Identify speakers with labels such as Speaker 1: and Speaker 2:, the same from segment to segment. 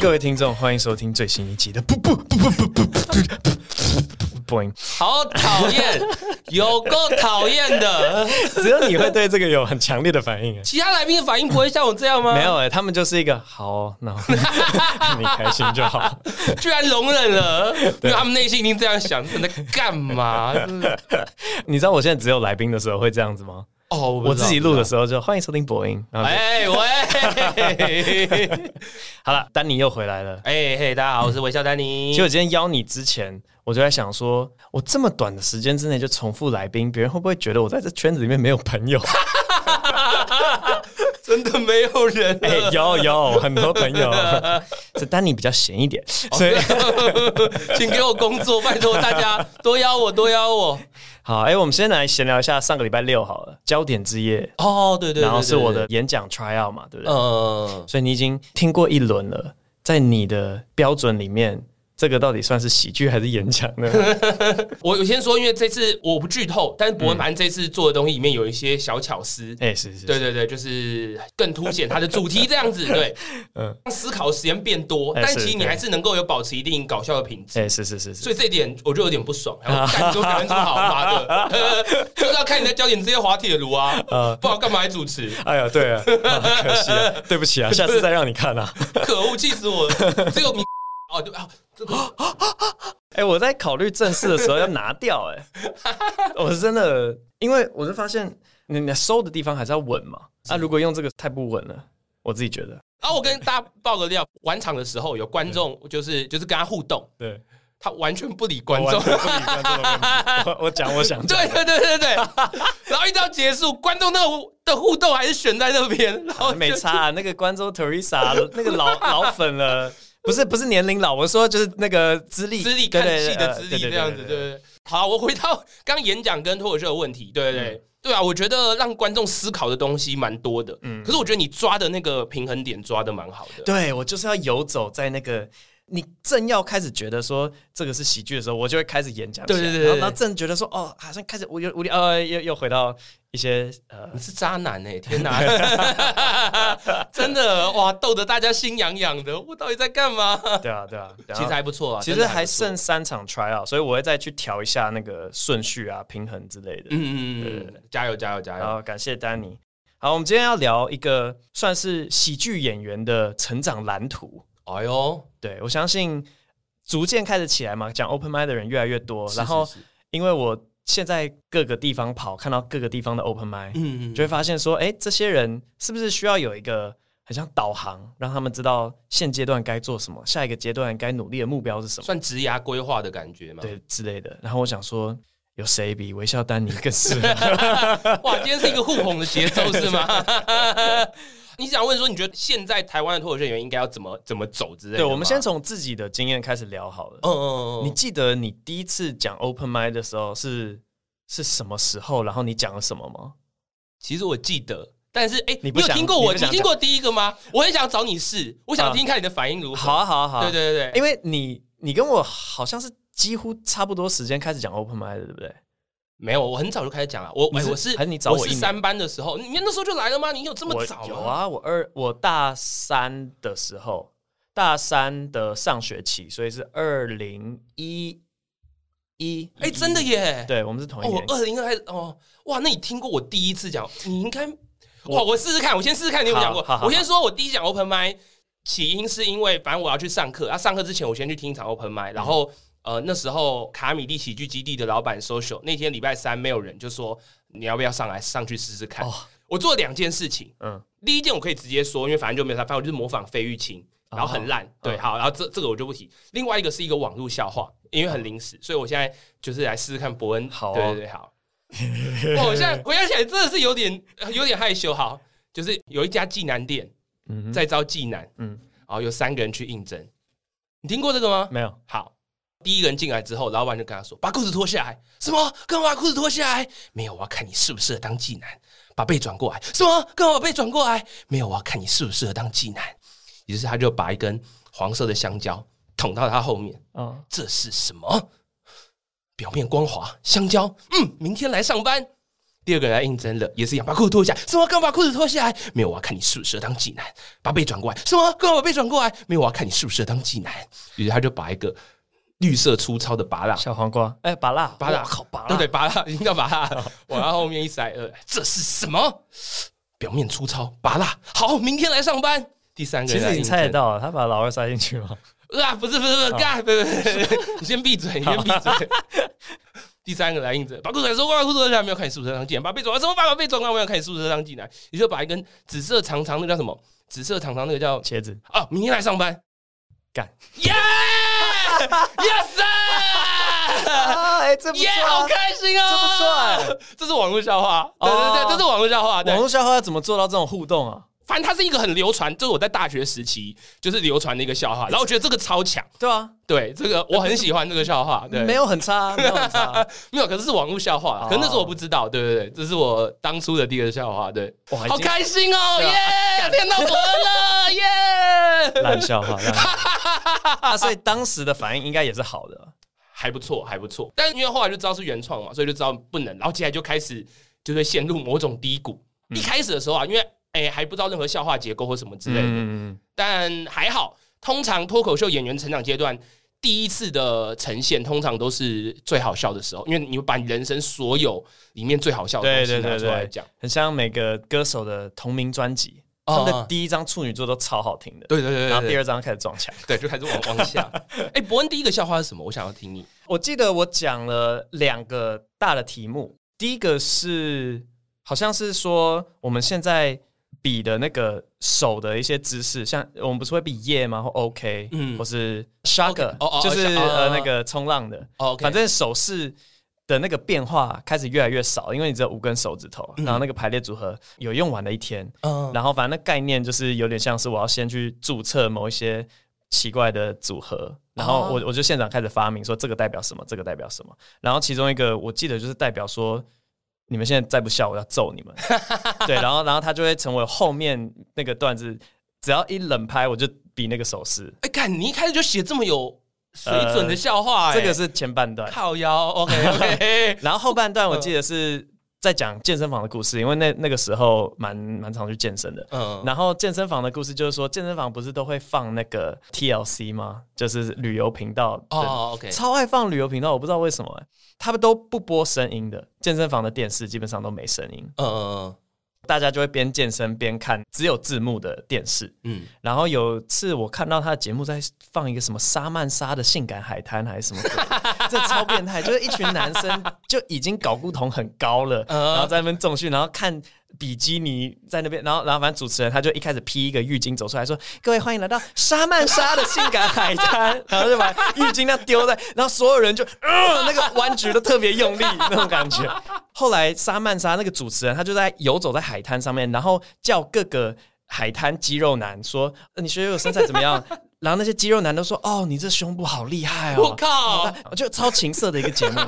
Speaker 1: 各位听众，欢迎收听最新一集的《不不不不不不不不不 boing》。
Speaker 2: 好讨厌，有够讨厌的。
Speaker 1: 只有你会对这个有很强烈的反应。
Speaker 2: 其他来宾的反应不会像我这样吗？
Speaker 1: 没有，哎、他们就是一个好，那你开心就好。
Speaker 2: 居然容忍了，因为他们内心已经这样想，你在 干嘛？真是
Speaker 1: 你知道我现在只有来宾的时候会这样子吗？
Speaker 2: 哦，我不
Speaker 1: 我
Speaker 2: 知
Speaker 1: 自
Speaker 2: 道
Speaker 1: 己录的。时候就欢迎收听播音。然后就
Speaker 2: 哎喂，
Speaker 1: 好了，丹尼又回来了。
Speaker 2: 哎嘿，大家好，我是微笑丹
Speaker 1: 其
Speaker 2: 尼
Speaker 1: 实。我今天邀你之前，我就在想说，我这么短的时间之内就重复来宾，别人会不会觉得我在这圈子里面没有朋友？
Speaker 2: 真的没有人
Speaker 1: 哎、
Speaker 2: 了，
Speaker 1: 有有很多朋友，这丹尼比较闲一点，所以
Speaker 2: 请给我工作，拜托大家多邀我，多邀我。
Speaker 1: 好，哎、我们先来闲聊一下上个礼拜六好了，焦点之夜，
Speaker 2: 哦，对对，对
Speaker 1: 然后是我，
Speaker 2: 对
Speaker 1: 的
Speaker 2: 对
Speaker 1: 演讲 tryout 嘛，对不对？
Speaker 2: 嗯，
Speaker 1: 所以你已经听过一轮了，在你的标准里面，这个到底算是喜剧还是演讲呢？
Speaker 2: 我我先说，因为这次我不剧透，但是博文盘这次做的东西里面有一些小巧思，
Speaker 1: 嗯哎、是是是，
Speaker 2: 对对对，就是更凸显它的主题这样子，对，
Speaker 1: 嗯
Speaker 2: 嗯，思考时间变多，
Speaker 1: 哎
Speaker 2: 但
Speaker 1: 是
Speaker 2: 其实你
Speaker 1: 对
Speaker 2: 还是能够有保持一定搞笑的品质。
Speaker 1: 哎、是是是是，
Speaker 2: 所以这一点我就有点不爽，然后干你都表现出好妈的，呃就是要看你的焦点直接滑铁卢啊，不好干嘛还主持，
Speaker 1: 呃哎呀，对 啊，啊可惜啊，对不起啊，下次再让你看啊。
Speaker 2: 可恶，气死我了！只有你 哦，对啊，这个
Speaker 1: 哎、我在考虑正式的时候要拿掉、 哎，我是真的，因为我是发现你你收的地方还是要稳嘛，啊，如果用这个太不稳了，我自己觉得，
Speaker 2: 啊，我跟大家爆个料，晚场的时候有观众就是就是跟他互动，
Speaker 1: 对，
Speaker 2: 他完全不理观众，
Speaker 1: 不理观众的问题，我我讲我想
Speaker 2: 对对对对对，然后一到结束，观众那个互的互动还是悬在那边，然后
Speaker 1: 啊
Speaker 2: 就
Speaker 1: 没差、啊，那个关州 Teresa 那个老老粉了，不是不是年龄老，我说就是那个资历
Speaker 2: 资历
Speaker 1: 对
Speaker 2: 看
Speaker 1: 对
Speaker 2: 戏
Speaker 1: 呃
Speaker 2: 的资历
Speaker 1: 对对
Speaker 2: 这样子，
Speaker 1: 对对
Speaker 2: 对
Speaker 1: 对
Speaker 2: 对对。好，我回到 刚演讲跟脱口秀的问题，对对
Speaker 1: 嗯
Speaker 2: 对。对啊，我觉得让观众思考的东西蛮多的，嗯，可是我觉得你抓的那个平衡点抓的蛮好的，
Speaker 1: 对我就是要游走在那个你正要开始觉得说这个是喜剧的时候，我就会开始演讲起来。
Speaker 2: 对对对对
Speaker 1: 然后然后正觉得说哦，好像开始我有我呃又又回到一些呃
Speaker 2: 你是渣男哎、天哪， 真的哇，逗得大家心痒痒的，我到底在干嘛？
Speaker 1: 对啊对啊，然
Speaker 2: 其
Speaker 1: 后
Speaker 2: 实还不错啊，
Speaker 1: 其
Speaker 2: 真
Speaker 1: 实
Speaker 2: 的
Speaker 1: 还
Speaker 2: 不错
Speaker 1: 剩三场 try out，所以我会再去调一下那个顺序啊、平衡之类的。
Speaker 2: 嗯嗯嗯嗯，加油加油加油！
Speaker 1: 然后感谢丹尼。好，我们今天要聊一个算是喜剧演员的成长蓝图。
Speaker 2: 哎呦，
Speaker 1: 对我相信，逐渐开始起来嘛，讲 open m i d 的人越来越多。
Speaker 2: 是
Speaker 1: 然后
Speaker 2: 是，是
Speaker 1: 因为我现在各个地方跑，看到各个地方的 open m i d
Speaker 2: 嗯嗯
Speaker 1: 就会发现说，哎、这些人是不是需要有一个很像导航，让他们知道现阶段该做什么，下一个阶段该努力的目标是什么，
Speaker 2: 算职涯规划的感觉嘛？
Speaker 1: 对之类的。然后我想说，有谁比微笑丹尼更 适合？
Speaker 2: 哇，今天是一个互捧的节奏是吗？ 你想问说，你觉得现在台湾的脱口秀演员应该要怎么怎么走之类的吗？
Speaker 1: 对，我们先从自己的经验开始聊好了。
Speaker 2: 嗯，嗯嗯
Speaker 1: 你
Speaker 2: 嗯，
Speaker 1: 记得你第一次讲 open m i d 的时候是是什么时候？然后你讲了什么吗？
Speaker 2: 其实我记得。但是，哎、
Speaker 1: 你不
Speaker 2: 有
Speaker 1: 想
Speaker 2: 听过我？
Speaker 1: 你不
Speaker 2: 你
Speaker 1: 想啊
Speaker 2: 听过第一个吗？我很想找你试，我想听看你的反应如何。
Speaker 1: 好啊，好啊，好啊。
Speaker 2: 对对对对，
Speaker 1: 因为你你跟我好像是几乎差不多时间开始讲 open m i d 对不对？
Speaker 2: 没有，我很早就开始讲了。我
Speaker 1: 你
Speaker 2: 哎
Speaker 1: 是
Speaker 2: 我是
Speaker 1: 还是你找我
Speaker 2: 我
Speaker 1: 一
Speaker 2: 是
Speaker 1: 年
Speaker 2: 三班的时候，你们那时候就来了吗？你有这么
Speaker 1: 我
Speaker 2: 早吗？
Speaker 1: 有啊，我二我大三的时候，大三的上学期，所以是二零一一。
Speaker 2: 哎、真的耶！
Speaker 1: 对，我们是同一
Speaker 2: 哦，我
Speaker 1: 年。
Speaker 2: 二零二哦，哇，那你听过我第一次讲？你应该哇，我试试看，我先试试看你有没有讲过
Speaker 1: 好好好。
Speaker 2: 我先说，我第一讲 open mic 起因是因为，反正我要去上课。啊，上课之前我先去听一场 open
Speaker 1: 嗯
Speaker 2: mic，然后、呃，那时候卡米利喜剧基地的老板 social 那天礼拜三没有人，就说你要不要上来上去试试看？
Speaker 1: 哦
Speaker 2: 我做了两件事情，
Speaker 1: 嗯，
Speaker 2: 第一件我可以直接说，因为反正就没有他，反正我就是模仿费玉清，然后
Speaker 1: 哦
Speaker 2: 很烂，对，
Speaker 1: 嗯
Speaker 2: 好，然后这这个我就不提。另外一个是一个网络笑话，因为很临时，所以我现在就是来试试看伯恩，
Speaker 1: 嗯好哦
Speaker 2: 对对对，好。哇我现在回想起来真的是有点呃有点害羞，好，就是有一家技南店
Speaker 1: 嗯哼
Speaker 2: 在招技南，
Speaker 1: 嗯
Speaker 2: 嗯，然后有三个人去应征，你听过这个吗？
Speaker 1: 没有，
Speaker 2: 好，第一个人进来之后，老板就跟他说：“把裤子脱下来。”什么？干嘛把裤子脱下来？没有，我要看你适不适合当技男。把背转过来。什么？干嘛把背转过来？没有，我要看你适不适合当技男。于是他就把一根黄色的香蕉捅到他后面。
Speaker 1: 嗯，
Speaker 2: 这是什么？表面光滑，香蕉。嗯，明天来上班。第二个人来应征了，也是一样，把裤子脱下来。什么？干嘛把裤子脱下来？没有，我要啊看你适不适合当技男。把背转过来。什么？干嘛把背转过来？没有，我要啊看你适不适合当技男。于是他就把一个绿色粗糙的拔 蜡，
Speaker 1: 小黄瓜，哎，拔蜡，
Speaker 2: 拔蜡
Speaker 1: 哇靠，拔蜡，
Speaker 2: 对对，拔蜡，已经叫拔蜡。往他后面一塞，呃，这是什么？表面粗糙，拔蜡。好，明天来上班。第三个
Speaker 1: 其
Speaker 2: 人来
Speaker 1: 实你
Speaker 2: 应
Speaker 1: 猜得
Speaker 2: 征。
Speaker 1: 到啊，他把老二塞进去吗？
Speaker 2: 啊，不是不是不是，干，不是不是，不 是你先闭嘴，你先闭嘴。 第三个来应者，把裤子说，把裤子脱下来，没有看你宿舍当技能，把被转啊过来，什么把被转过来，没有看你宿舍当技能，你就把一根紫色长长那个叫什么？紫色长长那个 叫
Speaker 1: 茄子，
Speaker 2: 啊，明天来上班，
Speaker 1: 干，
Speaker 2: 耶，yes，
Speaker 1: 啊，哎，这不
Speaker 2: 耶，
Speaker 1: 错啊
Speaker 2: 好开心啊，
Speaker 1: 这不错
Speaker 2: 这是网络笑话，对对
Speaker 1: 哦
Speaker 2: 对，这是网络笑话，对
Speaker 1: 网，络笑话要怎么做到这种互动啊？
Speaker 2: 反正它是一个很流传，就是我在大学时期就是流传的一个笑话，
Speaker 1: 哎
Speaker 2: 然后我觉得这个超强，
Speaker 1: 对啊，
Speaker 2: 对，这个我很喜欢这个笑话，对，
Speaker 1: 没有很差 啊，没有很差啊，
Speaker 2: 没有，可是是网络笑话
Speaker 1: 哦
Speaker 2: 啦，可是那时候我不知道，对对对，这是我当初的第一个笑话，对，
Speaker 1: 哇，已
Speaker 2: 好
Speaker 1: 经
Speaker 2: 开心哦，
Speaker 1: 对啊
Speaker 2: 耶，骗到我了， 耶，
Speaker 1: 烂笑话，烂笑 话啊，所以当时的反应应该也是好的，
Speaker 2: 还不错，还不错，但因为后来就知道是原创嘛，所以就知道不能，然后接下来就开始就会陷入某种低谷。一开始的时候啊，因为哎还不知道任何笑话结构或什么之类的，
Speaker 1: 嗯，
Speaker 2: 但还好，通常脱口秀演员成长阶段第一次的呈现，通常都是最好笑的时候，因为你会把你人生所有里面最好笑的东西
Speaker 1: 对对对
Speaker 2: 拿出来
Speaker 1: 对
Speaker 2: 讲。
Speaker 1: 很像每个歌手的同名专辑，他
Speaker 2: 哦
Speaker 1: 们的第一张处女座都超好听的，
Speaker 2: 对对对
Speaker 1: 然后
Speaker 2: 对
Speaker 1: 第
Speaker 2: 对，
Speaker 1: 二张开始撞墙。
Speaker 2: 对就开始往往下。哎，伯恩第一个笑话是什么？我想要听你。
Speaker 1: 我记得我讲了两个大的题目，第一个是好像是说我们现在比的那个手的一些姿势，像我们不是会比耶吗？或 OK，
Speaker 2: 嗯
Speaker 1: 或是 shugger，、
Speaker 2: 哦哦哦
Speaker 1: 就是、
Speaker 2: 哦
Speaker 1: 呃那个冲浪的，
Speaker 2: 哦，OK，
Speaker 1: 反正手势。的那个变化开始越来越少，因为你只有五根手指头，然后那个排列组合有用完的一天，
Speaker 2: 嗯
Speaker 1: 然后反正那概念就是有点像是我要先去注册某一些奇怪的组合，然后
Speaker 2: 哦
Speaker 1: 我我就现场开始发明说这个代表什么，这个代表什么，然后其中一个我记得就是代表说。你们现在再不笑，我要揍 你们！对，然后，然后他就会成为后面那个段子，只要一冷拍，我就比那个手势。
Speaker 2: 哎，干，你一开始就写这么有水准的笑话，
Speaker 1: 这
Speaker 2: 哎
Speaker 1: 个是前半段，
Speaker 2: 靠嗯腰。OK OK，
Speaker 1: 然后后半段我记得是在讲健身房的故事，因为那那个时候蛮蛮常去健身的。
Speaker 2: 嗯，
Speaker 1: 然后健身房的故事就是说，健身房不是都会放那个 TLC 吗？就是旅游频道的
Speaker 2: 哦，OK，
Speaker 1: 超爱放旅游频道，我不知道为什么、欸，他们都不播声音的。健身房的电视基本上都没声音，
Speaker 2: 嗯
Speaker 1: 大家就会边健身边看只有字幕的电视。
Speaker 2: 嗯
Speaker 1: 然后有次我看到他的节目在放一个什么沙曼莎的性感海滩还是什么鬼的， 这超变态，就是一群男生就已经睾固酮很高了，
Speaker 2: 嗯
Speaker 1: 然后在那边重训，然后看比基尼在那边，然后然后反正主持人他就一开始披一个浴巾走出来说：“各位欢迎来到沙曼莎的性感海滩。”然后就把浴巾那丢在， 然后所有人就呃那个弯举都特别用力那种感觉。后来沙曼莎那个主持人他就在游走在海滩上面，然后叫各个。海滩肌肉男说：“呃你学友身材怎么样？” 然后那些肌肉男都说：“哦，你这胸部好厉害哦！”
Speaker 2: 我靠
Speaker 1: 好大我 就超情色的一个节目。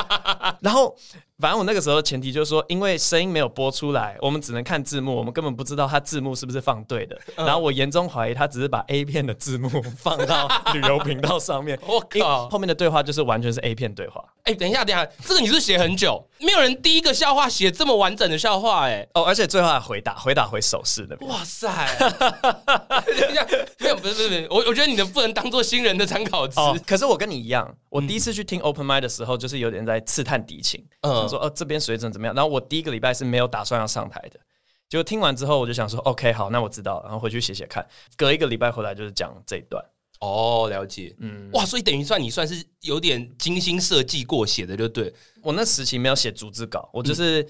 Speaker 1: 然后，反正我那个时候的前提就是说，因为声音没有播出来，我们只能看字幕，我们根本不知道它字幕是不是放对的。
Speaker 2: 嗯
Speaker 1: 然后我严重怀疑他只是把 A 片的字 幕放到旅游频道上面。
Speaker 2: 我靠
Speaker 1: 因为后面的对话就是完全是 A 片对话。
Speaker 2: 哎、等一下，等一下，这个你是不是写很久，没有人第一个笑话写这么完整的笑话、
Speaker 1: 哦，而且最后还回答回答回手势那
Speaker 2: 哎，
Speaker 1: 边。
Speaker 2: 哇塞！ 等一下，没有，不是，不是，不是，我我觉得你的不能当做新人的参考值。
Speaker 1: 哦，可是我跟你一
Speaker 2: 嗯
Speaker 1: 样，我第一次去听 open mic 的时候，就是有点在刺探敌情。
Speaker 2: 嗯
Speaker 1: 他说：“哦，这边水准怎么样？”然后我第一个礼拜是没有打算要上台的。结果听完之后，我就想说：“OK，好，那我知道了。”然后回去写写看。隔一个礼拜回来就是讲这一段。
Speaker 2: 哦，了解。嗯，哇，所以等于算你算是有点精心设计过写的，就对。
Speaker 1: 我那时期没有写逐字稿，我就是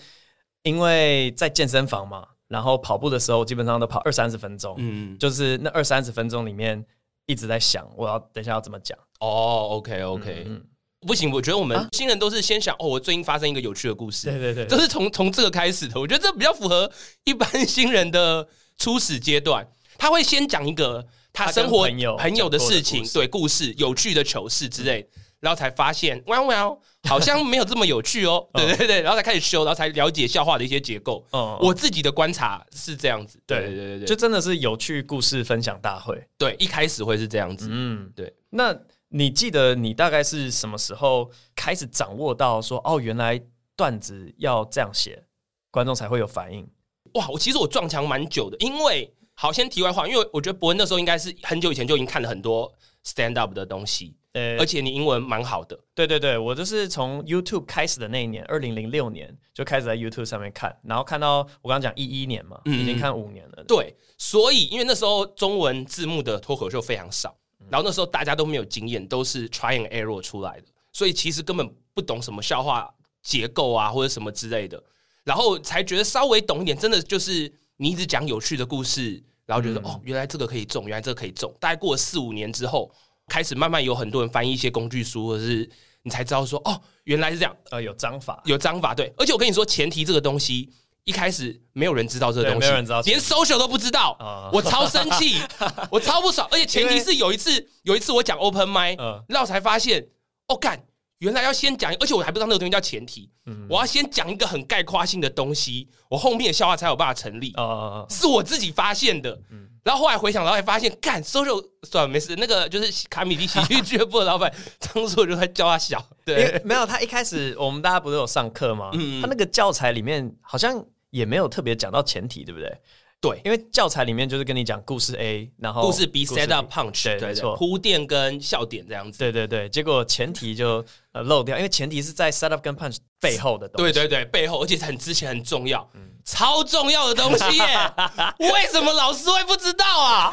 Speaker 1: 因为在健身房嘛，然后跑步的时候，我基本上都跑二三十分钟，
Speaker 2: 嗯，
Speaker 1: 就是那二三十分钟里面一直在想我要等一下要怎么讲。嗯
Speaker 2: 哦，OK，OK，、不行，我觉得我们新人都是先想，哦，我最近发生一个有趣的故事。
Speaker 1: 对对对
Speaker 2: 这是从从这个开始的。我觉得这比较符合一般新人的初始阶段，他会先讲一个他
Speaker 1: 他跟
Speaker 2: 生活
Speaker 1: 朋友
Speaker 2: 的
Speaker 1: 讲过的
Speaker 2: 事情，
Speaker 1: 故事
Speaker 2: 对故事、有趣的糗事之类，然后才发现，哇哇，好像没有这么有趣哦。 对对对，然后才开始修，然后才了解笑话的一些结构。
Speaker 1: 嗯
Speaker 2: 我自己的观察是这样子，对
Speaker 1: 对
Speaker 2: 对对对
Speaker 1: 就
Speaker 2: 对，
Speaker 1: 真的是有趣故事分享大会。
Speaker 2: 对一开始会是这样子。
Speaker 1: 嗯，
Speaker 2: 对。
Speaker 1: 那你记得你大概是什么时候开始掌握到说哦，原来段子要这样写，观众才会有反应。
Speaker 2: 哇，我其实我撞墙蛮久的，因为好先题外话，因为我觉得伯恩那时候应该是很久以前就已经看了很多 stand up 的东西，
Speaker 1: 呃
Speaker 2: 而，且你英文蛮好的，
Speaker 1: 对对对，我就是从 YouTube 开始的那一年，二零零六年就开始在 YouTube 上面看，然后看到我刚刚讲一一年嘛，
Speaker 2: 嗯
Speaker 1: 已经看五年了。
Speaker 2: 对，所以因为那时候中文字幕的脱口秀非常少，然后那时候大家都没有经验，都是 try and error 出来的，所以其实根本不懂什么笑话结构啊或者什么之类的，然后才觉得稍微懂一点，真的就是你一直讲有趣的故事，然后觉得、哦，原来这个可以中，原来这个可以中。大概过了四五年之后，开始慢慢有很多人翻译一些工具书，或者是你才知道说哦，原来是这样，
Speaker 1: 呃，有章法，
Speaker 2: 有章法对，而且我跟你说，前提这个东西一开始没有人知道这个
Speaker 1: 对
Speaker 2: 东
Speaker 1: 没
Speaker 2: 西，
Speaker 1: 有人知道
Speaker 2: 连 social 都不知 道，
Speaker 1: 啊
Speaker 2: 我超生气， 我超不爽。而且前提是有一次，有一次我讲 open m i
Speaker 1: 嗯
Speaker 2: 然后才发现，哦干，原来要先讲，而且我还不知道那个东西叫前提，
Speaker 1: 嗯
Speaker 2: 我要先讲一个很概括性的东西，我后面的笑话才有办法成立，
Speaker 1: 呃，
Speaker 2: 是我自己发现的。
Speaker 1: 嗯
Speaker 2: 然后后来回想，然后才发现，干 social 算了，没事。那个就是卡米蒂喜剧俱乐部的老板张硕，就在叫他小，
Speaker 1: 因为
Speaker 2: 对，嗯
Speaker 1: 没有他一开始我们大家不是有上课吗？他那个教材里面好像也没有特别讲到前提，对不对？
Speaker 2: 对，
Speaker 1: 因为教材里面就是跟你讲故事 A，然后
Speaker 2: 哦故事 B set up punch，
Speaker 1: 对
Speaker 2: 对
Speaker 1: 没
Speaker 2: 对
Speaker 1: 错
Speaker 2: 铺垫跟笑点这样子。
Speaker 1: 对对对，结果前提就呃漏掉，因为前提是在 set up 跟 punch 背后的东西。
Speaker 2: 对对对，背后而且嗯很之前很重要，超重要的东西 耶！为什么老师会不知道啊？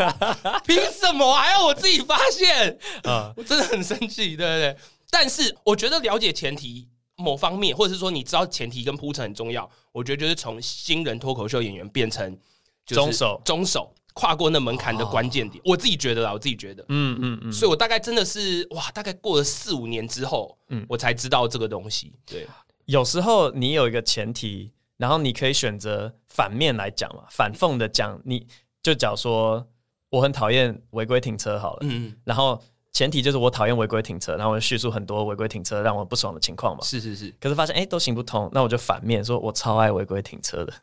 Speaker 2: 凭什么还要我自己发现？
Speaker 1: 啊
Speaker 2: 我真的很生气，对对对。但是我觉得了解前提某方面，或者是说你知道前提跟铺陈很重要，我觉得就是从新人脱口秀演员变成就是
Speaker 1: 中手
Speaker 2: 中手哦跨过那门槛的关键点。我自己觉得啦，我自己觉得，
Speaker 1: 嗯嗯嗯，
Speaker 2: 所以我大概真的是哇，大概过了四五年之后，
Speaker 1: 嗯
Speaker 2: 我才知道这个东西。对，
Speaker 1: 有时候你有一个前提，然后你可以选择反面来讲嘛，反讽的讲，你就假如说我很讨厌违规停车好了，
Speaker 2: 嗯，
Speaker 1: 然后前提就是我讨厌违规停车，然后我就叙述很多违规停车让我不爽的情况嘛。
Speaker 2: 是是是，
Speaker 1: 可是发现哎、诶都行不通，那我就反面说，我超爱违规停车的，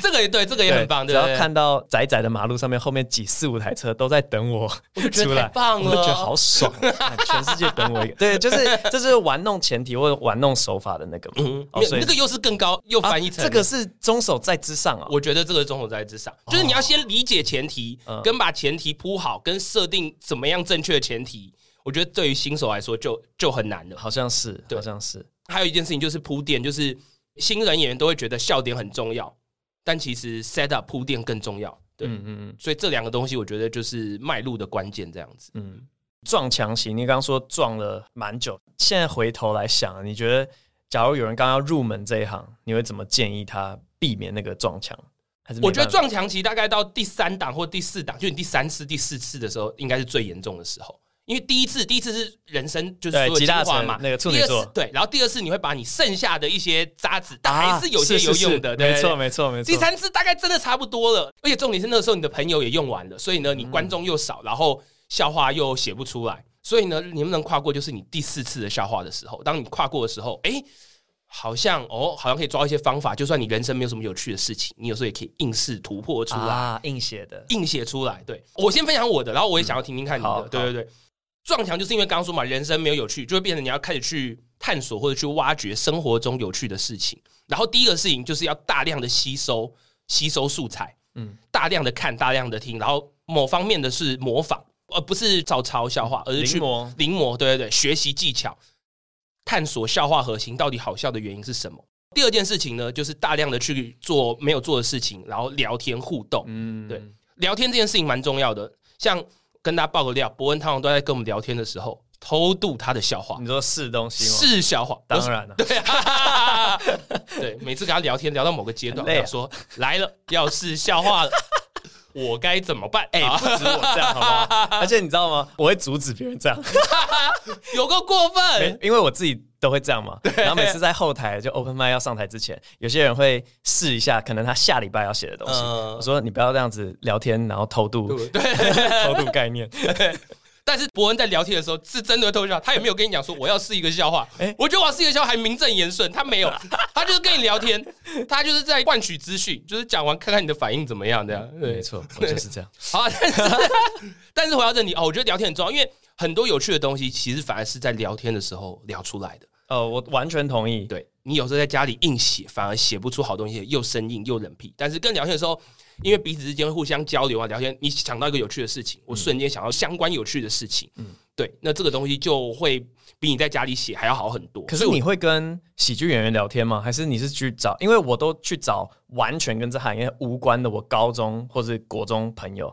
Speaker 2: 这个也 对，这个也很棒，
Speaker 1: 只
Speaker 2: 对不
Speaker 1: 要
Speaker 2: 对？
Speaker 1: 看到窄窄的马路上面后面几四五台车都在等我
Speaker 2: 就觉得
Speaker 1: 出来，
Speaker 2: 太棒了
Speaker 1: 我就觉得好爽，看全世界等 我一个。对，就是这是玩弄前提或者玩弄手法的那个嘛。
Speaker 2: 嗯，
Speaker 1: 哦
Speaker 2: 没有
Speaker 1: 所以
Speaker 2: 那个又是更高，又翻译
Speaker 1: 啊
Speaker 2: 成、
Speaker 1: 这个，哦是中手在之上啊、
Speaker 2: 我觉得这个总统在之上，就是你要先理解前提，
Speaker 1: 嗯
Speaker 2: 跟把前提铺好，跟设定怎么样正确的前提，我觉得对于新手来说就就很难了。
Speaker 1: 好像是，
Speaker 2: 对
Speaker 1: 好像是，
Speaker 2: 还有一件事情就是铺垫，就是新人演员都会觉得笑点很重要，但其实 set up 铺垫更重要。对，
Speaker 1: 嗯嗯嗯
Speaker 2: 所以这两个东西我觉得就是脉路的关键，这样子。
Speaker 1: 嗯。撞墙型，你刚刚说撞了蛮久，现在回头来想，啊你觉得假如有人刚要入门这一行，你会怎么建议他避免那个撞墙？还是没
Speaker 2: 我觉得
Speaker 1: 办法
Speaker 2: 撞墙期大概到第三档或第四档，就你第三次、第四次的时候，应该是最严重的时候。因为第一次，第一次是人生就是
Speaker 1: 对
Speaker 2: 所有
Speaker 1: 集
Speaker 2: 计
Speaker 1: 大
Speaker 2: 划
Speaker 1: 成
Speaker 2: 嘛，
Speaker 1: 那个处女
Speaker 2: 第二次
Speaker 1: 座
Speaker 2: 对，然后第二次你会把你剩下的一些渣子，但还是有些有用的，
Speaker 1: 啊是是是没
Speaker 2: 对
Speaker 1: 错，。没错，没
Speaker 2: 对第
Speaker 1: 错。
Speaker 2: 三次大概真的差不多了，而且重点是那个时候你的朋友也用完了，所以呢，你观众又少，然后笑话又写不出来，所以呢，你能不能跨过就是你第四次的笑话的时候，当你跨过的时候，哎，好像哦，好像可以抓到一些方法，就算你人生没有什么有趣的事情，你有时候也可以硬是突破出来。
Speaker 1: 啊，硬写的，
Speaker 2: 硬写出来。对我先分享我的，然后我也想要听听看你
Speaker 1: 好
Speaker 2: 的。对对对，撞墙就是因为刚刚说嘛，人生没有有趣，就会变成你要开始去探索或者去挖掘生活中有趣的事情。然后第一个事情就是要大量的吸收吸收素材，
Speaker 1: 嗯
Speaker 2: 嗯，大量的看，大量的听，然后某方面的是模仿，而不是照抄笑话，而是去
Speaker 1: 临摹
Speaker 2: 临摹，对对对，学习技巧，探索笑话核心到底好笑的原因是什么。第二件事情呢，就是大量的去做没有做的事情，然后聊天互动，
Speaker 1: 嗯，
Speaker 2: 对聊天这件事情蛮重要的。像跟大家爆个料，伯恩他们都在跟我们聊天的时候偷渡他的笑话，
Speaker 1: 你说试东西吗？
Speaker 2: 是笑话，
Speaker 1: 嗯当然了，
Speaker 2: 我说。 对啊， 对，每次跟他聊天聊到某个阶段，
Speaker 1: 很累啊
Speaker 2: 我想说来了，要是笑话了，我该怎么办？哎、
Speaker 1: 哎，不止我这样，好不 好？而且你知道吗？我会阻止别人这样，
Speaker 2: 有个过
Speaker 1: 没
Speaker 2: 分，
Speaker 1: 因为我自己都会这样嘛。然后每次在后台就 open m i 要上台之前，有些人会试一下，可能他下礼拜要写的东西。
Speaker 2: 嗯
Speaker 1: 我说你不要这样子聊天，然后偷渡， 偷渡概 念。
Speaker 2: 但是伯恩在聊天的时候是真的会偷笑，他也没有跟你讲说我要是一个笑话，
Speaker 1: 哎
Speaker 2: 我觉得我要是一个笑话还名正言顺，他没 有，他就是跟你聊天，他就是在换取资讯，就是讲完看看你的反应怎么样，这样对
Speaker 1: 没。错，我就是这样。
Speaker 2: 好、 啊，但是但是回到这里哦，我觉得聊天很重要，因为很多有趣的东西其实反而是在聊天的时候聊出来的。
Speaker 1: 呃，我完全同意。
Speaker 2: 对你有时候在家里硬写，反而写不出好东西，又生硬又冷僻。但是跟聊天的时候，因为彼此之间会互相交流啊，聊天，你想到一个有趣的事情，
Speaker 1: 嗯
Speaker 2: 我瞬间想到相关有趣的事情，嗯，对，那这个东西就会比你在家里写还要好很多。
Speaker 1: 可
Speaker 2: 所
Speaker 1: 是
Speaker 2: 以我
Speaker 1: 你会跟喜剧演员聊天吗？还是你是去找？因为我都去找完全跟这行业无关的，我高中或是国中朋友，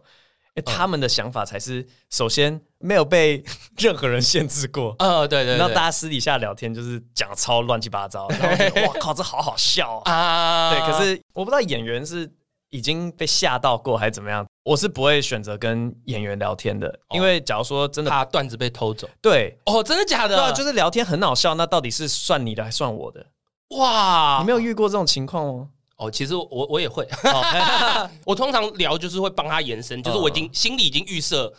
Speaker 1: 因为他们的想法才是首先没有被 任何人限制过。
Speaker 2: 呃，对对
Speaker 1: 然后
Speaker 2: 对
Speaker 1: 大家私底下聊天就是讲超乱七八糟，然后我 觉得哇靠，这好好笑啊！
Speaker 2: 啊，
Speaker 1: 对，可是我不知道演员是已经被吓到过还是怎么样，我是不会选择跟演员聊天的，因为假如说真的
Speaker 2: 怕段子被偷走。
Speaker 1: 对
Speaker 2: 哦，真的假的？
Speaker 1: 对啊，就是聊天很好笑，那到底是算你的还是算我的？
Speaker 2: 哇
Speaker 1: 你，没有遇过这种情况吗？
Speaker 2: 哦，其实我我也会，
Speaker 1: 哦
Speaker 2: 我通常聊就是会帮他延伸，就是我已经心里已经预设。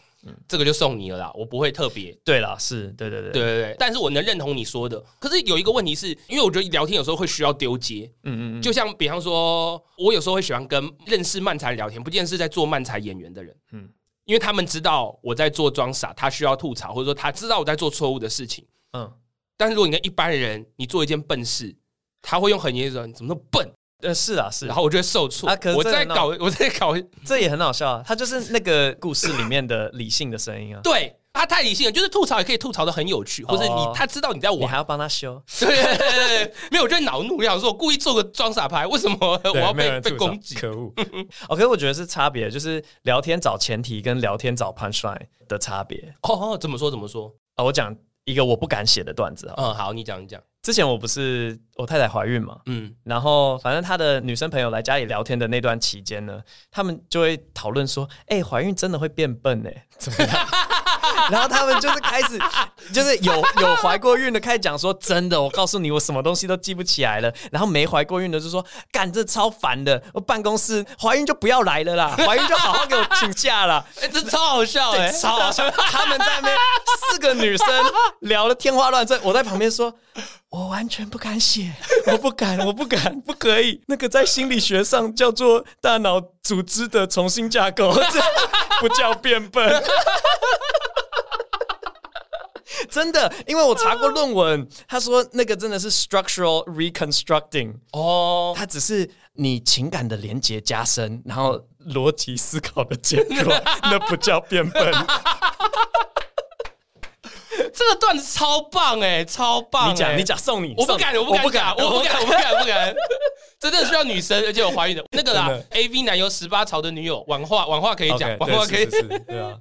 Speaker 2: 这个就送你了啦，我不会特别
Speaker 1: 对啦，是对对对
Speaker 2: 对对对，但是我能认同你说的。可是有一个问题是，因为我觉得聊天有时候会需要丢接，
Speaker 1: 嗯嗯嗯，
Speaker 2: 就像比方说，我有时候会喜欢跟认识漫才聊天，不见得是在做漫才演员的人，
Speaker 1: 嗯
Speaker 2: 嗯，因为他们知道我在做装傻，他需要吐槽，或者说他知道我在做错误的事情。
Speaker 1: 嗯，
Speaker 2: 但是如果你跟一般人，你做一件笨事，他会用很严厉的说你怎么那么笨，
Speaker 1: 呃是啊是
Speaker 2: 然
Speaker 1: 啊，
Speaker 2: 后我就会受挫。
Speaker 1: 啊可是
Speaker 2: 我
Speaker 1: 这个
Speaker 2: 在
Speaker 1: 呢
Speaker 2: 搞，我在 搞，
Speaker 1: 这也很好笑啊，他就是那个故事里面的理性的声音啊，
Speaker 2: 对他太理性了，就是吐槽也可以吐槽的很有趣，或者你
Speaker 1: 哦
Speaker 2: 他知道你在
Speaker 1: 你
Speaker 2: 玩，
Speaker 1: 还要帮他修，
Speaker 2: 对对对对 对，没有，我就恼怒，我想说我故意做个装傻牌，为什么 我要
Speaker 1: 对没有
Speaker 2: 被
Speaker 1: 人
Speaker 2: 被
Speaker 1: 吐槽
Speaker 2: 攻击？
Speaker 1: 可恶。 哦，可是我觉得是差别，就是聊天找前提跟聊天找 punch line 的差别
Speaker 2: 哦哦，怎么说怎么说？
Speaker 1: 啊。我讲一个我不敢写的段子啊，
Speaker 2: 嗯，好，你讲你讲，
Speaker 1: 之前我不是我太太怀孕嘛，
Speaker 2: 嗯，
Speaker 1: 然后反正她的女生朋友来家里聊天的那段期间呢，他们就会讨论说，哎、怀孕真的会变笨哎、 怎么样？ 然后他们就是开始， 就是有有怀过孕的开始讲说，真的，我告诉你，我什么东西都记不起来了。然后没怀过孕的就说，干这超烦的，我办公室怀孕就不要来了啦，怀孕就好好给我请假啦。
Speaker 2: 哎、这超好笑哎、
Speaker 1: 对， 超好笑。他们在那边四个女生聊的天花乱坠，我在旁边说，我完全不敢写， 我不敢，我不敢，不可以。那个在心理学上叫做大脑组织的重新架构， 这不叫变笨。 真的，因为我查过论文，他说那个真的是 structural reconstructing，
Speaker 2: 哦，
Speaker 1: 它只是你情感的连接加深，然后逻辑思考的减弱， 那不叫变笨。
Speaker 2: 这个段子超棒哎、超棒、
Speaker 1: 你讲，
Speaker 2: 哎
Speaker 1: 你，讲，送你。
Speaker 2: 我不
Speaker 1: 送你
Speaker 2: 敢，我不
Speaker 1: 我不
Speaker 2: 敢，
Speaker 1: 敢，
Speaker 2: 我不
Speaker 1: 不
Speaker 2: 敢，我不敢，我不敢。真的需要女生，而且有怀孕的那个啦
Speaker 1: 真的
Speaker 2: ，A V 男优十八朝的女友，晚话晚话可以讲，
Speaker 1: OK，
Speaker 2: 晚话可以
Speaker 1: 对是是是对 啊。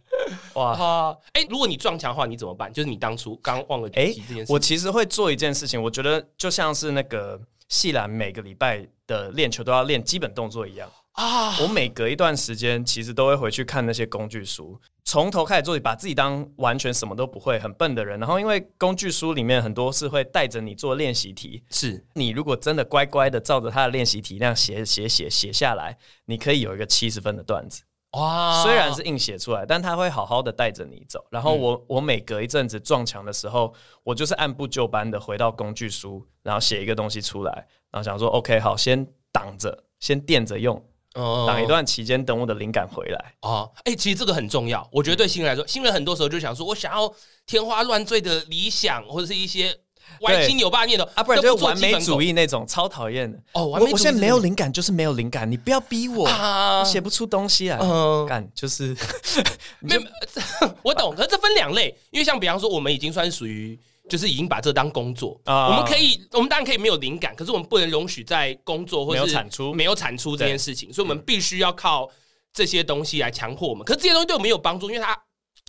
Speaker 1: 哇，
Speaker 2: 啊。哎、如果你撞墙的话，你怎么办？就是你当初刚忘了
Speaker 1: 哎
Speaker 2: 提这件事，，
Speaker 1: 我其实会做一件事情，我觉得就像是那个细兰每个礼拜的练球都要练基本动作一样。
Speaker 2: 啊，
Speaker 1: 我每隔一段时间，其实都会回去看那些工具书，从头开始做起，把自己当完全什么都不会、很笨的人。然后，因为工具书里面很多是会带着你做练习题，
Speaker 2: 是
Speaker 1: 你如果真的乖乖的照着他的练习题那样写写写写下来，你可以有一个七十分的段子。
Speaker 2: 哇，
Speaker 1: 虽然是硬写出来，但他会好好的带着你走。然
Speaker 2: 嗯
Speaker 1: 后我、我每隔一阵子撞墙的时候，我就是按部就班的回到工具书，然后写一个东西出来，然后想说 OK 好，先挡着，先垫着用，
Speaker 2: 哦
Speaker 1: 挡一段期间，等我的灵感回来。
Speaker 2: 哦，哎、其实这个很重要，我觉得对新人来说，新人很多时候就想说，我想要天花乱坠的理想，或者是一些歪七扭八的念头
Speaker 1: 啊，不然就是完美主
Speaker 2: 义
Speaker 1: 义那种，超讨厌的。
Speaker 2: 哦，完
Speaker 1: 我
Speaker 2: 美主义
Speaker 1: 我现在没有灵感，就是没有灵感，你不要逼我，
Speaker 2: 啊
Speaker 1: 我，写不出东西来。
Speaker 2: 嗯
Speaker 1: 干 就是，
Speaker 2: 没有，我懂，可是这分两类，因为像比方说，我们已经算是属于。就是已经把这当工作，
Speaker 1: 啊
Speaker 2: 我们可以，我们当然可以没有灵感，可是我们不能容许在工作或
Speaker 1: 没有
Speaker 2: 是
Speaker 1: 产出
Speaker 2: 没有产出这件事情，所以我们必须要靠这些东西来强迫我们。可是这些东西对我们有帮助，因为它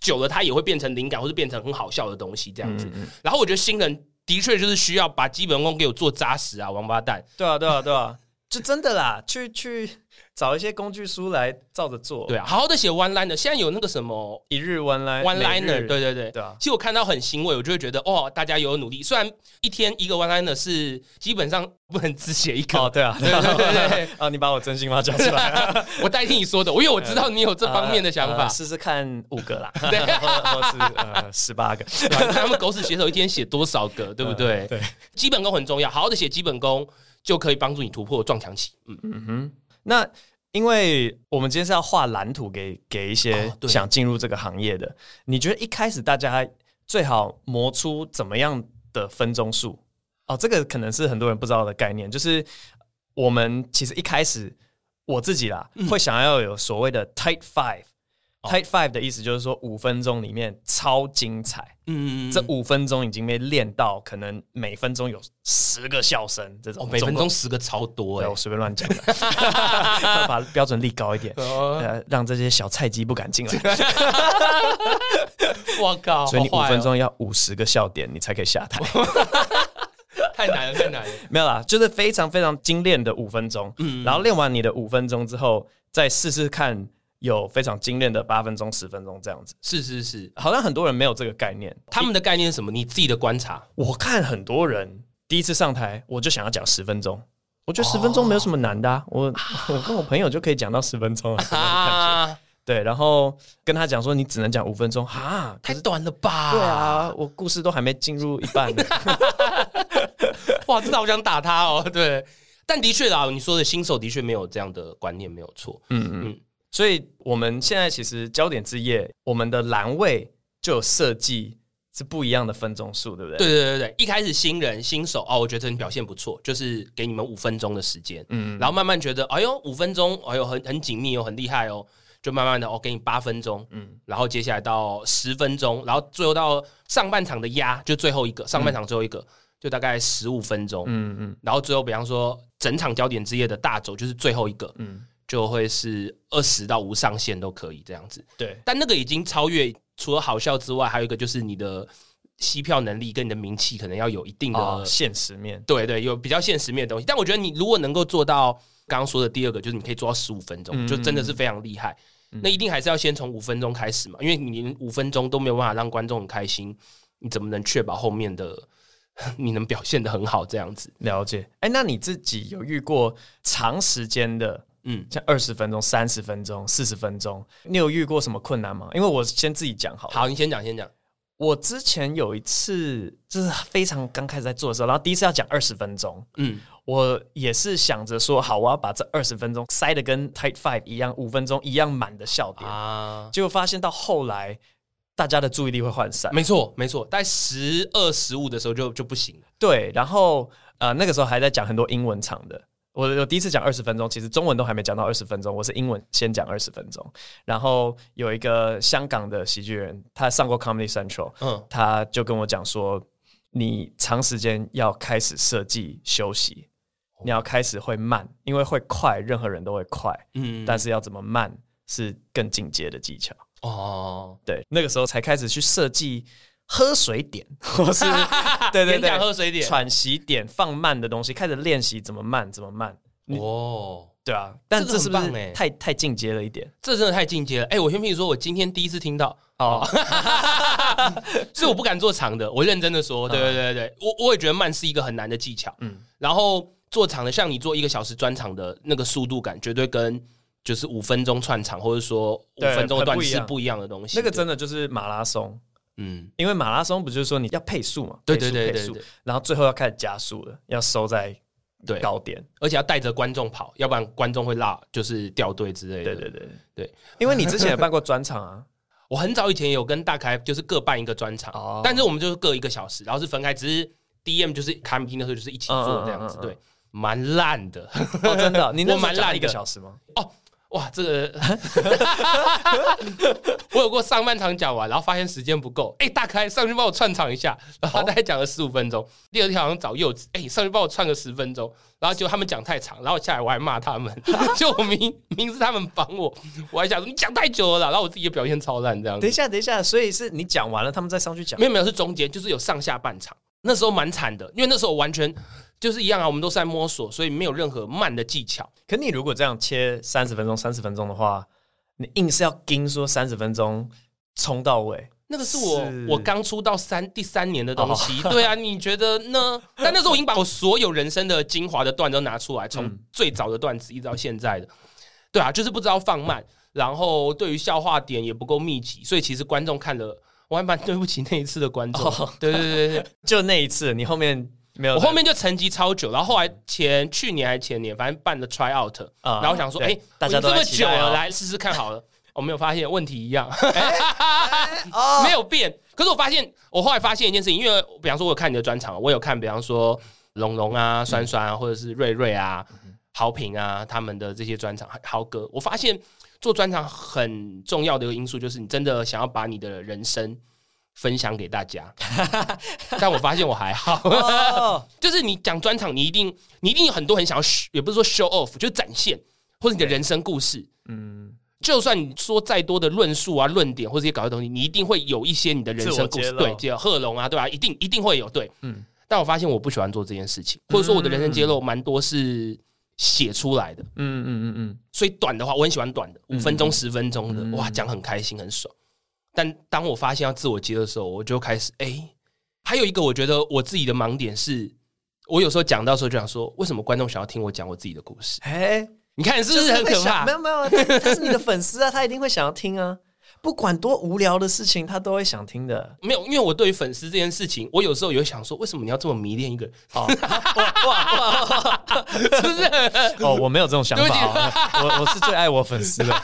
Speaker 2: 久了，它也会变成灵感，或是变成很好笑的东西这样
Speaker 1: 嗯
Speaker 2: 子。然后我觉得新人的确就是需要把基本功给我做扎实啊，王八蛋。
Speaker 1: 对啊，对啊，对啊，就真的啦，去去找一些工具书来照着做。
Speaker 2: 对啊，好好的写 one liner。现在有那个什么
Speaker 1: 一日 one line
Speaker 2: one
Speaker 1: 每日
Speaker 2: liner，对对对。
Speaker 1: 对啊，
Speaker 2: 其实我看到很欣慰，我就会觉得哦，大家有努力。虽然一天一个 one liner 是基本上不能只写一个，
Speaker 1: 哦对啊，
Speaker 2: 对对对对
Speaker 1: 啊，你把我真心话讲出来，
Speaker 2: 我代替你说的，因为我知道你有这 方面的想
Speaker 1: 呃
Speaker 2: 法。
Speaker 1: 试试看五个啦，
Speaker 2: 对
Speaker 1: 或或是呃十八个，
Speaker 2: 对吧他们狗屎写手一天写多少个，对不对？
Speaker 1: 对，
Speaker 2: 基本功很重要，好好的写基本功就可以帮助你突破撞墙期。嗯，
Speaker 1: 嗯哼，那。因为我们今天是要画蓝图给给一些
Speaker 2: 哦对
Speaker 1: 想进入这个行业的，你觉得一开始大家最好磨出怎么样的分钟数？哦，这个可能是很多人不知道的概念，就是我们其实一开始我自己啦，
Speaker 2: 嗯
Speaker 1: 会想要有所谓的 tight five。Tight
Speaker 2: 哦
Speaker 1: five 的意思就是说，五分钟里面超精彩。
Speaker 2: 嗯，
Speaker 1: 这五分钟已经被练到，可能每分钟有十个笑声，这种、
Speaker 2: 哦，每分
Speaker 1: 总共
Speaker 2: 钟十个超多
Speaker 1: 对
Speaker 2: 哎
Speaker 1: 我，随便乱讲 的，把标准立高一点，
Speaker 2: 哦
Speaker 1: 呃，让这些小菜鸡不敢进 来。
Speaker 2: 我靠，
Speaker 1: 所以你
Speaker 2: 好
Speaker 1: 五
Speaker 2: 坏哦
Speaker 1: 分钟要五十个笑点，你才可以下 台。
Speaker 2: 太难了，太难了。
Speaker 1: 没有啦，就是非常非常精炼的五分钟。嗯，然后练完你的五分钟之后，再试试看有非常精炼的八分钟、十分钟这样子。
Speaker 2: 是是是，
Speaker 1: 好像很多人没有这个概念。
Speaker 2: 他们的概念是什么？你自己的观察，
Speaker 1: 我看很多人第一次上台，我就想要讲十分钟。我觉得十分钟没有什么难的、啊， 我我跟我朋友就可以讲到十分钟了。
Speaker 2: 啊，
Speaker 1: 对，然后跟他讲说你只能讲五分钟，哈，
Speaker 2: 太短了吧？
Speaker 1: 对，啊，我故事都还没进入一半 呢。
Speaker 2: 哇，真的好想打他哦。对，但的确啦，你说的新手的确没有这样的观念，没有错。
Speaker 1: 嗯
Speaker 2: 嗯
Speaker 1: 嗯，所以我们现在其实焦点之夜，我们的栏位就有设计是不一样的分钟数，对不对？
Speaker 2: 对，对对对，一开始新人新手哦，我觉得你表现不错，就是给你们五分钟的时间，嗯，然后慢慢觉得，哎呦，五分钟，哎呦，很很紧密哦，很厉害哦，就慢慢的哦，给你八分钟，嗯，然后接下来到十分钟，然后最后到上半场的压，就最后一个上半场最后一个，就大概十五分钟，
Speaker 1: 嗯嗯，
Speaker 2: 然后最后比方说整场焦点之夜的大轴就是最后一个，嗯
Speaker 1: 嗯，
Speaker 2: 就会是二十到无上限都可以这样子，
Speaker 1: 对，
Speaker 2: 但那个已经超越除了好笑之外，还有一个就是你的吸票能力跟你的名气可能要有一定的，
Speaker 1: 啊，现实面，
Speaker 2: 对对，有比较现实面的东西。但我觉得你如果能够做到刚刚说的第二个，就是你可以做到十五分钟，
Speaker 1: 嗯
Speaker 2: 就真的是非常厉害。那一定还是要先从五分钟开始嘛，因为你连五分钟都没有办法让观众很开心，你怎么能确保后面的 你能表现的很好这样子？
Speaker 1: 了解。哎，那你自己有遇过长时间的？
Speaker 2: 嗯，
Speaker 1: 像二十分钟、三十分钟、四十分钟，你有遇过什么困难吗？因为我先自己讲好了。
Speaker 2: 好，你先讲，先讲。
Speaker 1: 我之前有一次就是非常刚开始在做的时候，然后第一次要讲二十分钟，
Speaker 2: 嗯，
Speaker 1: 我也是想着说，好，我要把这二十分钟塞的跟 Tight Five 一样，五分钟一样满的笑点。
Speaker 2: 啊，
Speaker 1: 结果发现到后来，大家的注意力会涣散。
Speaker 2: 没错没错，在十二十五的时候就就不行了。
Speaker 1: 对，然后呃，那个时候还在讲很多英文场的。我我第一次讲二十分钟，其实中文都还没讲到二十分钟，我是英文先讲二十分钟。然后有一个香港的喜剧人，他上过 Comedy Central，
Speaker 2: 嗯，
Speaker 1: 他就跟我讲说，你长时间要开始设计休息，你要开始会慢，因为会快，任何人都会快，
Speaker 2: 嗯
Speaker 1: 但是要怎么慢是更进阶的技巧。
Speaker 2: 哦，
Speaker 1: 对，那个时候才开始去设计喝水点， 或 是对对
Speaker 2: 演讲
Speaker 1: 对，
Speaker 2: 喝水点
Speaker 1: 喘息点、放慢的东西，开始练习怎么慢，怎么慢。
Speaker 2: 哦，
Speaker 1: 对啊，但
Speaker 2: 这个
Speaker 1: 这
Speaker 2: 很
Speaker 1: 是不
Speaker 2: 棒欸
Speaker 1: 是太太进阶了一点？
Speaker 2: 这真的太进阶了。哎、我先跟你说，我今天第一次听到，
Speaker 1: 哦，
Speaker 2: 所以我不敢做长的。我认真的说，对对对对，我我也觉得慢是一个很难的技巧。嗯
Speaker 1: 嗯，
Speaker 2: 然后做长的，像你做一个小时专场的那个速度感，绝对跟就是五分钟串场，或者说五
Speaker 1: 对
Speaker 2: 分钟的段
Speaker 1: 很不一
Speaker 2: 是
Speaker 1: 样
Speaker 2: 不一样的东 西。
Speaker 1: 那个
Speaker 2: 对
Speaker 1: 真的就是马拉松，
Speaker 2: 嗯，
Speaker 1: 因为马拉松不就是说你要配速嘛？
Speaker 2: 对
Speaker 1: 配速
Speaker 2: 对对
Speaker 1: 配
Speaker 2: 对
Speaker 1: 速
Speaker 2: 对
Speaker 1: 然后最后要开始加速了，要收在
Speaker 2: 对
Speaker 1: 高点。
Speaker 2: 而且要带着观众跑，要不然观众会落，就是掉队之类的。
Speaker 1: 对对对
Speaker 2: 对，
Speaker 1: 因为你之前也办过专场 啊，
Speaker 2: 我很早以前有跟大开就是各办一个专场，
Speaker 1: 哦
Speaker 2: 但是我们就是各一个小时，然后是分开，只是 DM 就是卡米汀的时候就是一起做这样子，
Speaker 1: 嗯嗯嗯嗯嗯
Speaker 2: 对，蛮烂的。
Speaker 1: 哦，真的，你那时
Speaker 2: 我
Speaker 1: 候
Speaker 2: 蛮
Speaker 1: 讲
Speaker 2: 烂
Speaker 1: 一个
Speaker 2: 的
Speaker 1: 小时吗？
Speaker 2: 哇，这个我有过上半场讲完，然后发现时间不够，哎、大开上去帮我串场一下，然后大概讲了十五分钟。第二天好像找柚子，哎、你上去帮我串个十分钟，然后结果他们讲太长，然后下来我还骂他 们，就我明明是他们帮我，我还想说你讲太久了啦，然后我自己的表现超烂这样子
Speaker 1: 等一。下，等一下，所以是你讲完了，他们再上去讲
Speaker 2: 没。有没有，是中间，就是有上下半场。那时候蛮惨的，因为那时候完全就是一样啊，我们都是在摸索，所以没有任何慢的技巧。
Speaker 1: 可你如果这样切三十分钟、三十分钟的话，你硬是要盯说三十分钟冲到位，
Speaker 2: 那个是我
Speaker 1: 是
Speaker 2: 我刚出道三第三年的东西， 对啊，你觉得呢？但那时候我已经把我所有人生的精华的段都拿出来，从最早的段子一直到现在的，对啊，就是不知道放慢，然后对于笑话点也不够密集，所以其实观众看了，我还蛮对不起那一次的观众，对对对对，
Speaker 1: 就那一次，你后面没有
Speaker 2: 我后面就沉寂超久，然后后来前去年还前年，反正办了 try out，、
Speaker 1: 啊
Speaker 2: 然后想说，哎、
Speaker 1: 对大家
Speaker 2: 我
Speaker 1: 都
Speaker 2: 已经这么
Speaker 1: 在期
Speaker 2: 久
Speaker 1: 待
Speaker 2: 了，
Speaker 1: 哦
Speaker 2: 来试试看好了。 我没有发现问题一样， 啊没有变。可是我发现，我后来发现一件事情，因为比方说，我有看你的专场，我有看，比方说龙龙啊、酸酸啊，或者是瑞瑞啊、
Speaker 1: 嗯
Speaker 2: 豪平啊他们的这些专场，豪哥，我发现做专场很重要的一个因素就是你真的想要把你的人生分享给大家， 但我发现我还好。
Speaker 1: 哦，
Speaker 2: 就是你讲专场，你一定你一定有很多很想要 sh- 也不是说 show off，就是展现或者你的人生故事。
Speaker 1: 嗯，
Speaker 2: 就算你说再多的论述啊、论点或者一些搞笑的东西，你一定会有一些你的人生故
Speaker 1: 自
Speaker 2: 事，
Speaker 1: 我揭露
Speaker 2: 对，就贺龙啊，对吧、一定一定会有，对，
Speaker 1: 嗯
Speaker 2: 嗯。但我发现我不喜欢做这件事情，或者说我的人生揭露蛮多是写出来的，
Speaker 1: 嗯嗯嗯 嗯，
Speaker 2: 所以短的话我很喜欢短的，
Speaker 1: 嗯
Speaker 2: 五分钟、十分钟
Speaker 1: 嗯
Speaker 2: 的，哇，讲很开心很爽。但当我发现要自我揭露的时候，我就开始哎、还有一个我觉得我自己的盲点是，我有时候讲到时候就想说，为什么观众想要听我讲我自己的故事？
Speaker 1: 哎、
Speaker 2: 你看是不
Speaker 1: 就是
Speaker 2: 很
Speaker 1: 会
Speaker 2: 可
Speaker 1: 想
Speaker 2: 怕
Speaker 1: 没？有没有，他他是你的粉丝啊，他一定会想要听啊，不管多无聊的事情，他都会想听的。
Speaker 2: 没有，因为我对于粉丝这件事情，我有时候有想说，为什么你要这么迷恋一个人？
Speaker 1: 哦，哇哇哇！
Speaker 2: 是不是？
Speaker 1: 哦，我没有这种想
Speaker 2: 对
Speaker 1: 法、
Speaker 2: 不起
Speaker 1: 哦，我我是最爱我粉丝的。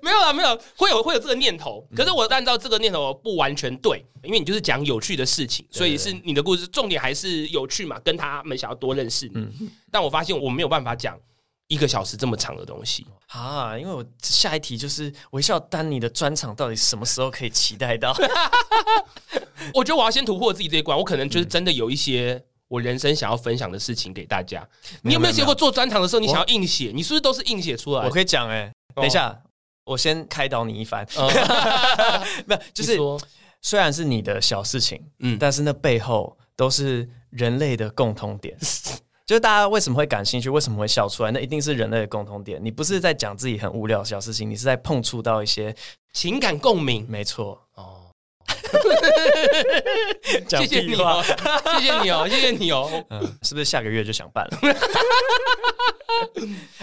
Speaker 2: 没有啦，啊没有，会有会有这个念头。
Speaker 1: 嗯
Speaker 2: 可是我按照这个念头不完全对，因为你就是讲有趣的事情，所以是你的故事重点还是有趣嘛，跟他们想要多认识你。
Speaker 1: 嗯
Speaker 2: 但我发现我没有办法讲一个小时这么长的东西。
Speaker 1: 啊，因为我下一题就是微笑丹尼的专场到底什么时候可以期待 到？
Speaker 2: 我觉得我要先突破自己这一关，我可能就是真的有一些。我人生想要分享的事情给大家，你有
Speaker 1: 没
Speaker 2: 没有
Speaker 1: 有
Speaker 2: 写过做专场的时候，你
Speaker 1: 我
Speaker 2: 想要硬写？你是不是都是硬写出来
Speaker 1: 我
Speaker 2: 的？
Speaker 1: 可以讲哎、等一
Speaker 2: 哦
Speaker 1: 下，我先开导你一番。
Speaker 2: 嗯，
Speaker 1: 没有，就
Speaker 2: 就是
Speaker 1: 虽然是你的小事情，
Speaker 2: 嗯
Speaker 1: 但是那背后都是人类的共通 点。就是大家为什么会感兴趣，为什么会笑出来，那一定是人类的共通点。你不是在讲自己很无聊的小事情，你是在碰触到一些
Speaker 2: 情感共鸣
Speaker 1: 没错，
Speaker 2: 哦。
Speaker 1: 讲
Speaker 2: 谢谢
Speaker 1: 屁
Speaker 2: 你
Speaker 1: 话
Speaker 2: 哦，，谢谢你哦，谢谢你哦。
Speaker 1: 嗯，是不是下个月就想办 了？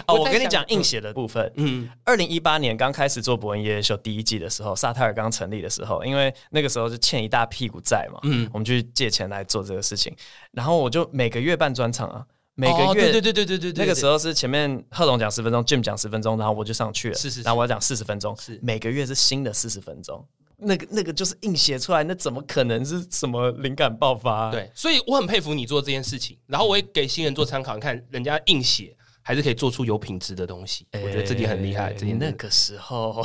Speaker 1: 哦，我
Speaker 2: 我在
Speaker 1: 跟你
Speaker 2: 想
Speaker 1: 讲硬写的部分，
Speaker 2: 嗯，
Speaker 1: 二零一八年刚开始做伯恩夜夜秀第一季的时候，萨泰尔刚成立的时候，因为那个时候就欠一大屁股债嘛，
Speaker 2: 嗯
Speaker 1: 我们就去借钱来做这个事情，然后我就每个月办专场啊，每个月、
Speaker 2: 哦对对对对对对对，
Speaker 1: 那个时
Speaker 2: 候
Speaker 1: 候是前面贺龙讲十分钟，Jim 讲十分钟，然后我就上去了，
Speaker 2: 是是是
Speaker 1: 然后我要讲四十分钟，
Speaker 2: 是
Speaker 1: 每个月是新的四十分钟，那个那个就是硬写出来，那怎么可能是什么灵感爆发、啊？，
Speaker 2: 对，所以我很佩服你做这件事情，然后我也给新人做参考，你看人家硬写还是可以做出有品质的东西，我觉得这点很厉害，这点
Speaker 1: 哎那
Speaker 2: 真的
Speaker 1: 个时候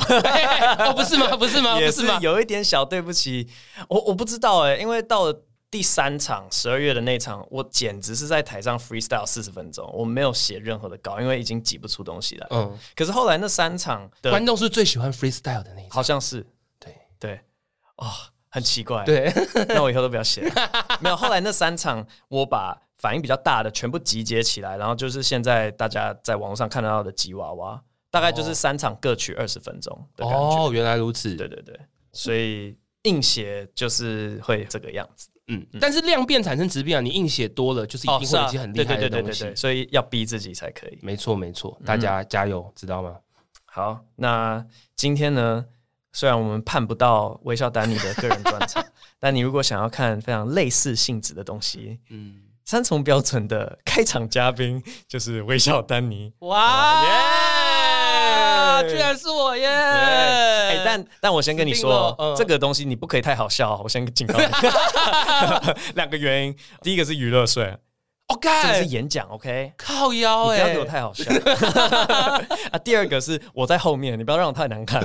Speaker 2: 哦不是吗？不是吗？
Speaker 1: 也
Speaker 2: 不
Speaker 1: 是
Speaker 2: 吗？
Speaker 1: 有一点小对不起，我我不知道哎、因为到了第三场十二月的那场，我简直是在台上 freestyle 四十分钟，我没有写任何的稿，因为已经挤不出东西来。
Speaker 2: 嗯，
Speaker 1: 可是后来那三场的
Speaker 2: 观众是最喜欢 freestyle 的那一种，
Speaker 1: 好像是
Speaker 2: 对
Speaker 1: 对哦，很奇怪。
Speaker 2: 对，
Speaker 1: 那我以后都不要写了。 没有，后来那三场我把反应比较大的全部集结起来，然后就是现在大家在网络上看得到的吉娃娃，大概就是三场各取二十分钟的感觉。
Speaker 2: 哦，原来如此，
Speaker 1: 对对对，所以硬写就是会这个样子。
Speaker 2: 嗯，但是量变产生质变啊，你硬写多了，就是一定
Speaker 1: 是
Speaker 2: 会有
Speaker 1: 啊
Speaker 2: 一些很厉害
Speaker 1: 对
Speaker 2: 的
Speaker 1: 对对
Speaker 2: 东
Speaker 1: 对对
Speaker 2: 西
Speaker 1: 对，，嗯所以要逼自己才可以。
Speaker 2: 没错没错，大家加油，知道吗？
Speaker 1: 好，那今天呢？虽然我们盼不到微笑丹尼的个人专 场，但你如果想要看非常类似性质的东西，
Speaker 2: 嗯。
Speaker 1: 三重标准的开场嘉宾就是微笑丹尼。
Speaker 2: 哇
Speaker 1: 耶
Speaker 2: 居然是我耶！
Speaker 1: 哎、
Speaker 2: 哎
Speaker 1: 但但我先跟你
Speaker 2: 死定了
Speaker 1: 说，
Speaker 2: 嗯
Speaker 1: 这个东西你不可以太好笑哦，我先警告你。 两个原因，第一个是娱乐税，
Speaker 2: 我
Speaker 1: 这个
Speaker 2: 哦干
Speaker 1: 是演讲，OK？
Speaker 2: 靠腰
Speaker 1: 你不
Speaker 2: 哎、
Speaker 1: 要对我太好笑 啊！第二个是我在后面，你不要让我太难 看。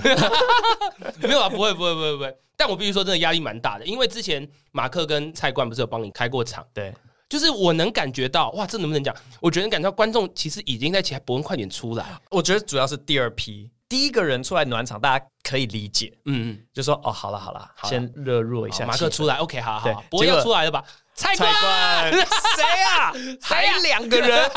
Speaker 2: 没有啊，不会不会不会不会。但我必须说，真的压力蛮大的，因为之前马克跟蔡冠不是有帮你开过场，
Speaker 1: 对，
Speaker 2: 就是我能感觉到，哇，这能不能讲？我觉得能感觉到观众其实已经在期待伯恩快点出来，
Speaker 1: 我觉得主要是第二批，第一个人出来暖场，大家可以理解，
Speaker 2: 嗯，
Speaker 1: 就说哦，好了好了，
Speaker 2: 好啦
Speaker 1: 先热络一
Speaker 2: 嗯
Speaker 1: 下
Speaker 2: 好
Speaker 1: 气氛。
Speaker 2: 马克出来，OK，好好好
Speaker 1: 对，
Speaker 2: 伯恩
Speaker 1: 结
Speaker 2: 要
Speaker 1: 果
Speaker 2: 出来了吧？蔡
Speaker 1: 菜
Speaker 2: 冠，
Speaker 1: 冠，谁啊？
Speaker 2: 还
Speaker 1: 还两个人。
Speaker 2: 啊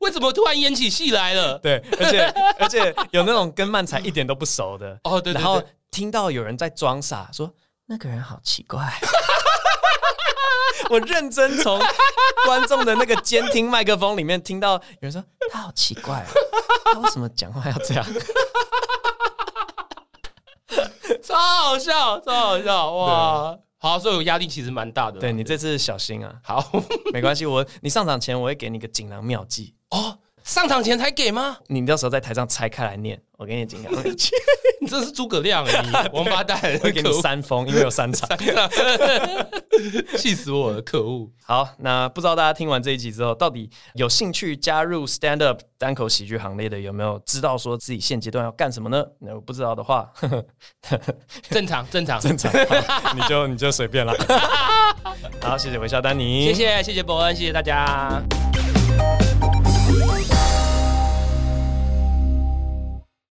Speaker 2: 为什么突然演起戏来了？
Speaker 1: 对，而且而且有那种跟漫才一点都不熟的，
Speaker 2: 哦，对对对，
Speaker 1: 然后听到有人在装傻，说那个人好奇怪。 我认真从观众的那个监听麦克风里面听到有人说他好奇怪、啊，他为什么讲话要这 样？
Speaker 2: 超好笑，超好笑，哇！好，所以我压力其实蛮大的。
Speaker 1: 对，你这次小心啊，
Speaker 2: 好
Speaker 1: 没关系，我你上场前我会给你个锦囊妙计。
Speaker 2: 哦，上场前才给吗？
Speaker 1: 你到时候在台上拆开来念，我给你警告，
Speaker 2: 你这是诸葛亮哎、 你王八蛋，
Speaker 1: 会给
Speaker 2: 可
Speaker 1: 你
Speaker 2: 恶
Speaker 1: 三封，因为有三场。
Speaker 2: 气死我了，可恶！
Speaker 1: 好，那不知道大家听完这一集之后，到底有兴趣加入 stand up 单口喜剧行列的，有没有知道说自己现阶段要干什么呢？那如果不知道的话， 呵呵
Speaker 2: 正常，正常，正常。
Speaker 1: 你 就你就随便了。好，谢谢微笑丹尼，
Speaker 2: 谢谢，谢谢伯恩，谢谢大家。